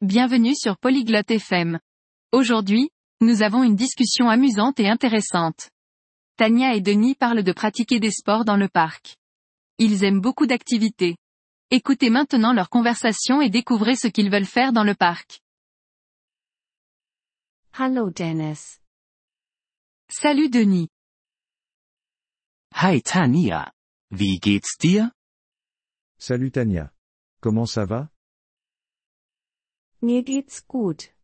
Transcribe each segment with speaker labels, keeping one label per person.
Speaker 1: Bienvenue sur Polyglotte FM. Aujourd'hui, nous avons une discussion amusante et intéressante. Tania et Denis parlent de pratiquer des sports dans le parc. Ils aiment beaucoup d'activités. Écoutez maintenant leur conversation et découvrez ce qu'ils veulent faire dans le parc.
Speaker 2: Hallo Dennis.
Speaker 1: Salut Denis.
Speaker 3: Hi Tania. Wie geht's dir?
Speaker 4: Salut Tania. Comment ça va
Speaker 2: Mir geht's gut.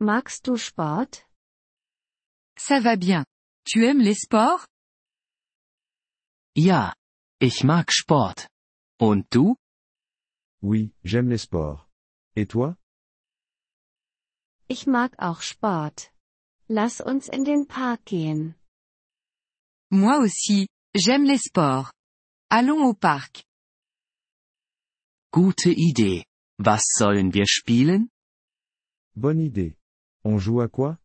Speaker 2: Magst du Sport?
Speaker 1: Ça va bien. Tu aimes les sports
Speaker 3: Ja. Ich mag Sport. Und du?
Speaker 4: Oui, j'aime les sports. Et toi
Speaker 2: Ich mag auch Sport. Lass uns in den Park gehen.
Speaker 1: Moi aussi, j'aime les sports. Allons au parc.
Speaker 3: Gute Idee. Was sollen wir spielen?
Speaker 4: Bonne idée. On joue à quoi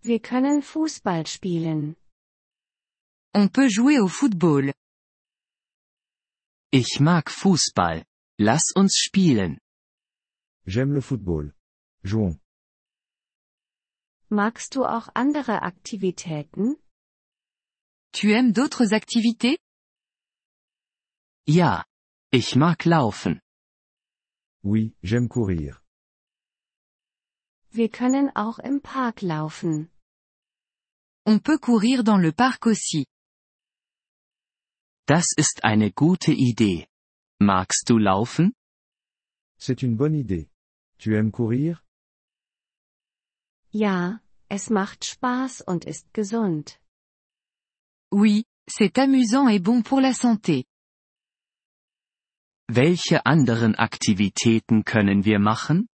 Speaker 2: Wir können Fußball spielen.
Speaker 1: On peut jouer au football.
Speaker 3: Ich mag Fußball. Lass uns spielen.
Speaker 4: J'aime le football. Jouons.
Speaker 2: Magst du auch andere Aktivitäten?
Speaker 1: Tu aimes d'autres activités
Speaker 3: Ja. Ich mag Laufen.
Speaker 4: Oui, j'aime courir.
Speaker 2: Wir können auch im Park laufen.
Speaker 1: On peut courir dans le parc aussi.
Speaker 3: Das ist eine gute Idee. Magst du laufen?
Speaker 4: C'est une bonne idée. Tu aimes courir
Speaker 2: Ja, es macht Spaß und ist gesund.
Speaker 1: Oui, c'est amusant et bon pour la santé.
Speaker 3: Welche anderen Aktivitäten können wir machen?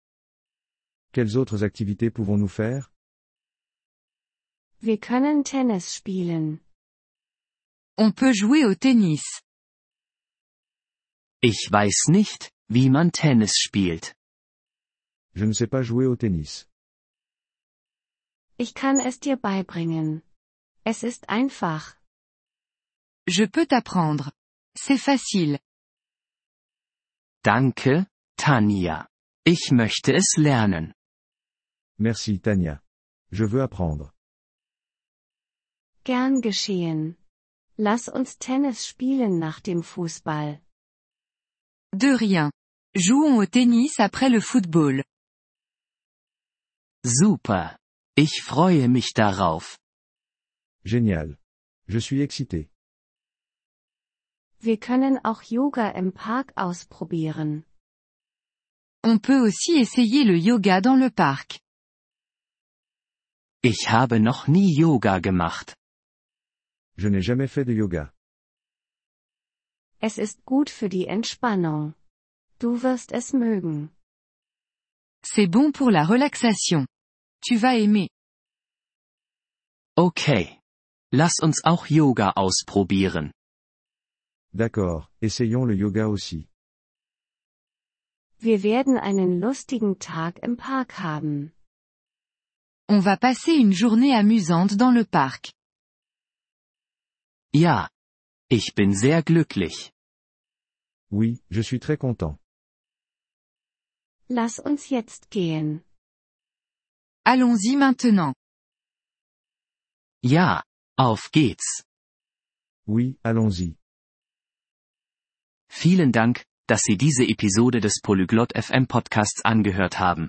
Speaker 4: Quelles autres activités pouvons-nous faire
Speaker 2: Wir können Tennis spielen.
Speaker 1: On peut jouer au tennis.
Speaker 3: Ich weiß nicht, wie man Tennis spielt.
Speaker 4: Je ne sais pas jouer au tennis.
Speaker 2: Ich kann es dir beibringen. Es ist einfach.
Speaker 1: Je peux t'apprendre. C'est facile.
Speaker 3: Danke, Tanja. Ich möchte es lernen.
Speaker 4: Merci Tania. Je veux apprendre.
Speaker 2: Gern geschehen. Lass uns Tennis spielen nach dem Fußball.
Speaker 1: De rien. Jouons au tennis après le football.
Speaker 3: Super. Ich freue mich darauf.
Speaker 4: Génial. Je suis excité.
Speaker 2: Wir können auch Yoga im Park ausprobieren.
Speaker 1: On peut aussi essayer le yoga dans le parc.
Speaker 3: Ich habe noch nie Yoga gemacht.
Speaker 4: Je n'ai jamais fait de yoga.
Speaker 2: Es ist gut für die Entspannung. Du wirst es mögen.
Speaker 1: C'est bon pour la relaxation. Tu vas aimer.
Speaker 3: Okay. Lass uns auch Yoga ausprobieren.
Speaker 4: D'accord, essayons le yoga aussi.
Speaker 2: Wir werden einen lustigen Tag im Park haben.
Speaker 1: On va passer une journée amusante dans le parc.
Speaker 3: Ja. Ich bin sehr glücklich.
Speaker 4: Oui, je suis très content.
Speaker 2: Lass uns jetzt gehen.
Speaker 1: Allons-y maintenant.
Speaker 3: Ja. Auf geht's.
Speaker 4: Oui, allons-y.
Speaker 3: Vielen Dank, dass Sie diese Episode des Polyglot FM Podcasts angehört haben.